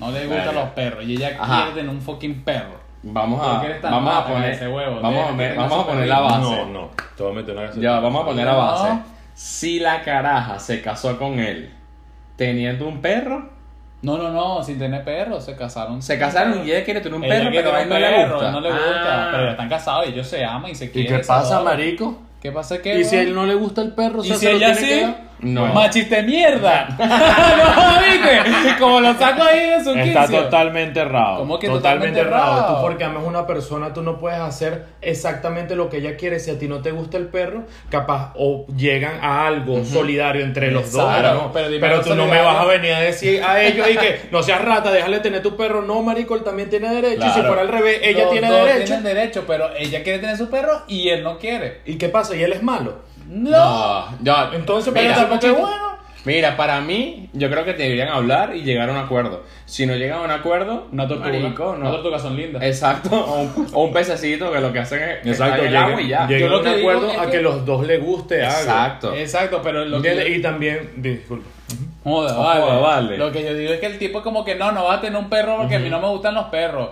No le gustan
Verga.
los perros. Y ella
Ajá.
quiere tener un fucking perro.
Vamos
¿Por
a,
qué eres tan
vamos a
mata con
poner,
ese huevo?
vamos, a,
Tienes
me-
que
vamos a
tener
poner
su
la base.
No, no. Te voy a meter una gasolina.
Ya, vamos a poner la
No.
base. Si la caraja se casó con él teniendo un perro,
No, no, no, sin tener perro, se casaron.
se casaron y ella quiere tener un
Ella
perro,
quiere
pero a él
un
no le
perro,
gusta.
no le
Ah,
gusta,
Ah.
pero están casados y ellos se aman y se
¿Y
quieren.
qué
se
pasa,
adoran.
marico?
¿Qué pasa qué?
¿Y si a
weón?
él no le gusta el perro? o
¿Y
sea,
si
se lo
ella
tiene que
sí?
dar?
No.
Machiste mierda. no, viste. Como lo saco ahí de su
Está
quicio.
totalmente errado.
¿Cómo que totalmente
totalmente, errado?
errado?
Tú porque amas a una persona, tú no puedes hacer exactamente lo que ella quiere. Si a ti no te gusta el perro, capaz o llegan a algo solidario entre los
Claro,
dos. ¿no?
pero
Pero,
dime algo
tú no me
solidario.
vas a venir a decir a ellos y que no seas rata, déjale tener tu perro. No, marico, él también tiene derecho. Y si
Claro.
fuera al revés, ella
Los
tiene
dos
derecho.
Tienen derecho, pero ella quiere tener su perro y él no quiere.
¿Y qué pasa? ¿Y él es malo?
No.
No, no.
Entonces,
mira,
pero
Porque bueno.
mira, para mí, yo creo que deberían hablar y llegar a un acuerdo. Si no llegan a un acuerdo,
Una tortuga.
marico, no.
Una tortuga son lindas.
Exacto, o un, o un pececito que lo que hacen es
Exacto,
en el
llega-
agua y ya.
llega-
Yo
Yo lo
no
que
te
digo
acuerdo
es
a
que-
que los dos le guste algo.
Exacto.
Exacto, pero lo que.
¿Entiendes? Y también, disculpa.
Joda,
Joda,
vale.
vale.
Lo que yo digo es que el tipo como que no, no va a tener un perro porque a mí no me gustan los perros.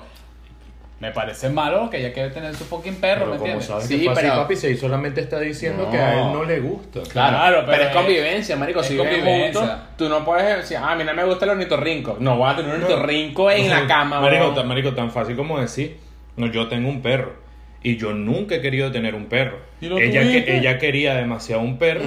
Me parece malo que ella quiere tener su fucking perro, ¿me
Pero como
entiendes?
sabes
Sí,
que pasa,
pero-
papi, se solamente está diciendo
No.
que a él no le gusta.
Claro,
Claro,
pero,
pero
es
es-
convivencia, marico.
es
si viven
convivencia.
juntos, tú no puedes decir, ah, a mí no me gusta el ornitorrinco. No, voy a tener un ornitorrinco en la cama,
Marico,
bro.
tan, marico, tan fácil como decir, no, yo tengo un perro. Y yo nunca he querido tener un perro.
¿Y lo
Ella, que-
tuviste?
ella quería demasiado un perro.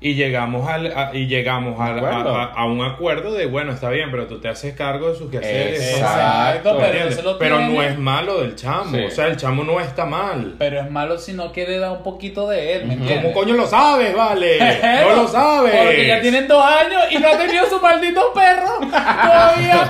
Y llegamos, al, a, y llegamos al- a,
acuerdo.
a- a un acuerdo de, bueno, está bien, pero tú te haces cargo de sus quehaceres.
Exacto.
¿me
pero,
entiendes?
se lo
Pero
tiene.
no es malo del chamo.
Sí.
O sea, el chamo no está mal.
Pero es malo si no quiere dar un poquito de él, ¿me
¿Cómo
entiendes?
coño lo sabes, vale? no
Pero,
lo sabes.
Porque ya tienen dos años y no ha tenido su maldito perro todavía.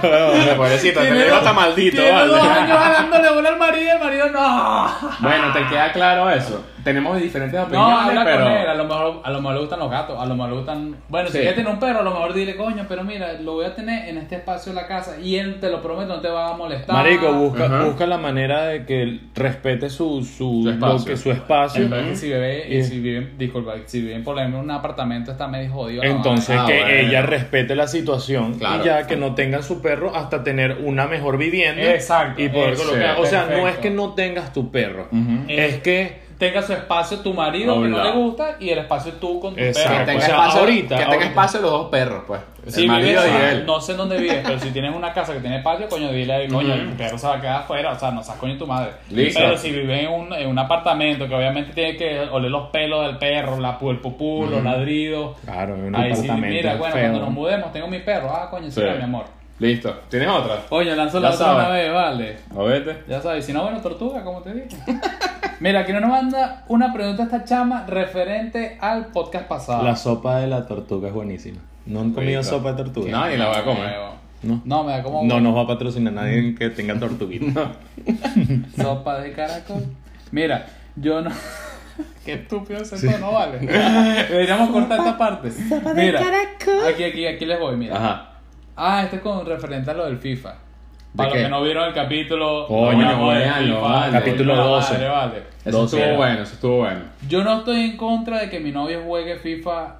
Pobrecito,
este
Tiene
te
dos-
está maldito,
tiene
vale.
dos años jalándole bola al marido y el marido no.
Bueno, te queda claro eso. Tenemos diferentes opiniones,
No, habla
pero...
con él. A lo, mejor, a lo mejor le gustan los gatos, a lo mejor le gustan. Bueno,
Sí.
si quieres tener un perro, a lo mejor dile, coño, pero mira, lo voy a tener en este espacio de la casa y él, te lo prometo, no te va a molestar.
Marico, busca,
Ajá.
busca la manera de que él respete su, su,
Su
lo
espacio.
que- su espacio.
En vez que si bebe, y
Y-
si viven, disculpa, si viven por ejemplo en un apartamento está medio jodido. la
Entonces,
Ah,
que
bueno.
ella respete la situación
Claro.
y ya que no tengan su perro hasta tener una mejor vivienda.
Exacto,
Y poder
eso,
colocar. O sea, no es
perfecto.
que no tengas tu perro.
Ujú.
Eh,
Es que.
tenga su espacio tu marido que no
Doblado.
le gusta y el espacio tú con tu
Exacto.
Que
perro.
tenga,
O sea,
espacio,
ahorita,
que tenga
ahorita.
espacio los dos perros, pues.
Si
el marido
vives,
y él.
no sé en dónde vives, pero si tienes una casa que tiene patio, coño, dile ahí, coño, el perro se va a quedar afuera, o sea, no seas coño tu madre.
Listo.
Pero si vives en un, en un apartamento que obviamente tiene que oler los pelos del perro, la, pu- el pupú, los ladridos.
Claro, en un
Ahí sí,
apartamento.
mira, bueno,
feo.
cuando nos mudemos, tengo mi perro. Ah, coño, sí,
Sí.
mi amor.
Listo. ¿Tienes otra?
Coño, lanzo la
Ya
otra
sabes.
una vez, vale.
este.
Movete.
Ya sabes, si no, bueno, tortuga, como te dije. Mira, aquí nos manda una pregunta a esta chama referente al podcast pasado.
La sopa de la tortuga es buenísima. No han comido
Rica.
sopa de tortuga.
No, ni la voy a comer.
Huevo.
No.
No, me da como
No nos va a patrocinar nadie que tenga tortuguita.
sopa de caracol. Mira, yo no. Qué estúpido ese tono, vale. Deberíamos cortar esta parte. Mira, aquí, aquí, aquí les voy, mira.
Ajá.
Ah, este es con referente a lo del FIFA.
¿De
Para los
qué?
que no vieron el capítulo,
Coño,
no hablamos del
véanlo,
FIFA,
vale.
Capítulo
coño,
12.
Vale, vale.
Eso
Dos
estuvo
era.
bueno, eso estuvo bueno.
Yo no estoy en contra de que mi novio juegue FIFA.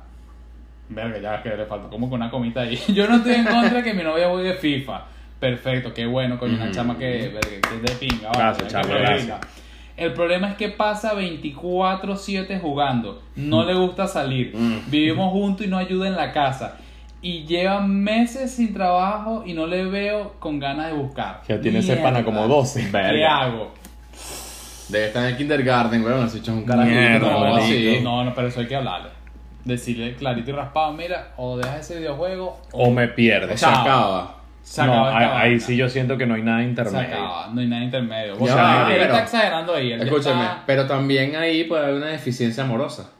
Verga, ya que le faltó como que una comita ahí. Yo no estoy en contra de que mi novia juegue FIFA. Perfecto, qué bueno, coño, una chama que, verga, que es de pinga. vale,
Gracias,
que
chama,
es de
gracias.
pinga. El problema es que pasa 24-7 jugando. No le gusta salir. Vivimos juntos y no ayuda en la casa. Y lleva meses sin trabajo y no le veo con ganas de buscar.
Ya tiene ese pana como 12.
¿Qué
Verga.
hago?
Debe estar en el kindergarten, weón. Ese hecho es un carajito.
Mierda,
no,
marico.
así.
No, no, pero eso hay que hablarle. Decirle clarito y raspado, mira, o dejas ese videojuego,
O me pierdes.
Se
Chao.
acaba.
se
no,
acaba
ahí,
esta
ahí
vaina.
sí yo siento que no hay nada
Se
intermedio.
acaba, no hay nada intermedio. O
Ya
sea,
va,
él
pero-
está exagerando ahí. él ya
Escúchame,
está-
pero también ahí puede haber una deficiencia amorosa.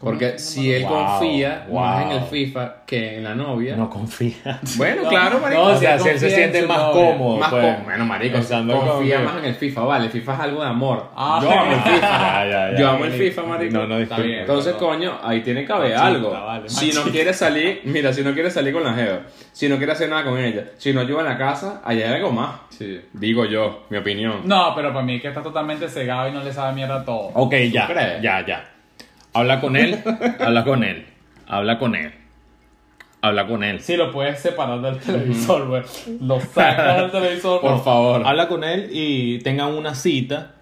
Porque si él
Wow,
confía más en
wow.
el FIFA que en la novia.
No confía.
Bueno,
No,
claro,
no,
marico.
o
O sea,
sea, si él se
confía en
siente
su
más
novia.
cómodo.
más
pues,
con- bueno, marico,
pensando
confía
que-
más en el FIFA, vale. El FIFA es algo de amor.
Ah,
Yo amo el FIFA.
Ya, ya, ya.
Yo amo el FIFA, marico.
No, no,
Está
disculpa.
bien.
Entonces,
Perdón.
coño, ahí tiene que haber
Machista,
algo.
vale,
si no
machista.
quiere salir, mira, si no quiere salir con la jeva, si no quiere hacer nada con ella, si no ayuda en la casa, ahí hay algo más.
Sí.
Digo yo, mi opinión.
No, pero para mí es que está totalmente cegado y no le sabe mierda a todo.
Ok,
¿Tú
ya,
crees?
ya, ya. Habla con él, habla con él, habla con él. habla con él.
Sí, lo puedes separar del televisor, güey. Lo sacas del televisor.
Por
no.
favor.
Habla con él y tengan una cita.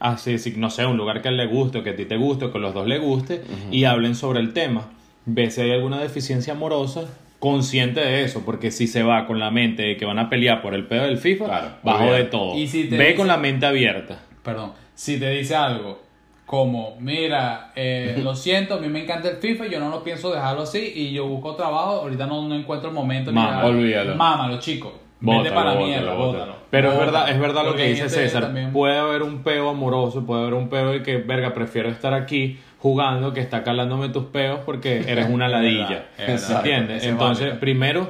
Así, si- no sé, un lugar que a él le guste, o que a ti te guste, o que a los dos le guste, y hablen sobre el tema. Ve si hay alguna deficiencia amorosa, consciente de eso, porque si se va con la mente de que van a pelear por el pedo del FIFA,
Claro,
bajo de
obviamente.
todo.
Y si te
Ve
dice-
con la mente abierta.
Perdón. Si te dice algo como, mira, eh, lo siento, a mí me encanta el FIFA, yo no lo pienso dejarlo así y yo busco trabajo, ahorita no, no encuentro el momento. ni
Mama,
nada.
olvídalo.
Mámalo, chico. Vete
Bótalo,
para la
bótalo,
mierda,
bótalo.
bótalo.
Pero es
Bótalo.
verdad, es verdad lo
Porque
que
hay
dice
gente
César. Pues,
también-
Puede haber un peo amoroso, puede haber un peo de que, verga, prefiero estar aquí jugando que está calándome tus peos porque eres una ladilla.
Es verdad, es verdad.
¿Entiendes?
Ese es
Entonces,
válido.
primero,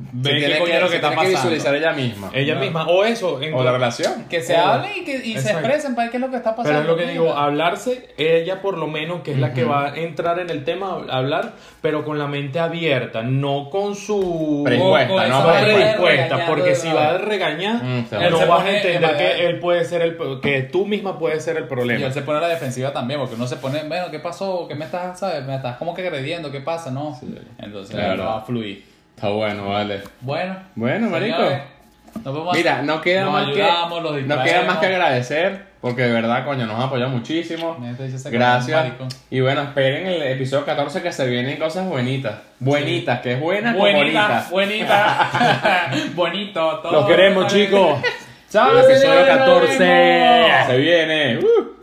Ve
Se
qué
tiene
coño es lo que
se
está
tiene
pasando.
visualizar ella misma.
ella misma, o eso, en
O la relación.
Que se
Hola.
hablen y, que, y se
Exacto.
expresen para ver qué es lo que está pasando.
Pero es lo que digo,
mira.
hablarse, ella por lo menos, que es la que va a entrar en el tema, a hablar, pero con la mente abierta, no con su
Prejuicio,
Ojo,
¿no?
esa
Prejuicio.
vaina de
respuesta,
regañar,
porque si
¿no?
va a regañar,
Mm, se
va.
no
Él se
vas a
pone
entender
en la-
que él puede ser el que tú misma puedes ser el
Y
problema.
él se pone a la defensiva también, porque uno se pone, bueno, ¿qué pasó? ¿Qué me estás, sabes? Me estás como que agrediendo, ¿qué pasa? No. Entonces
Claro.
no va a fluir.
Está bueno, vale.
Bueno.
Bueno,
señores,
marico.
Nos vemos
Mira, no queda,
Pues nos
más
ayudamos, los
que, no queda más que
distraemos.
agradecer, porque de verdad, coño, nos han apoyado muchísimo.
Me dice ese
Gracias.
marico.
Y bueno, esperen el episodio 14 que se vienen cosas bonitas. Bonitas, que es buena como
Buenita,
bonita.
buenita. Bonito, todo.
Los queremos, chicos.
Chao,
Episodio
señores, nos
14.
vemos. Se viene. Uh.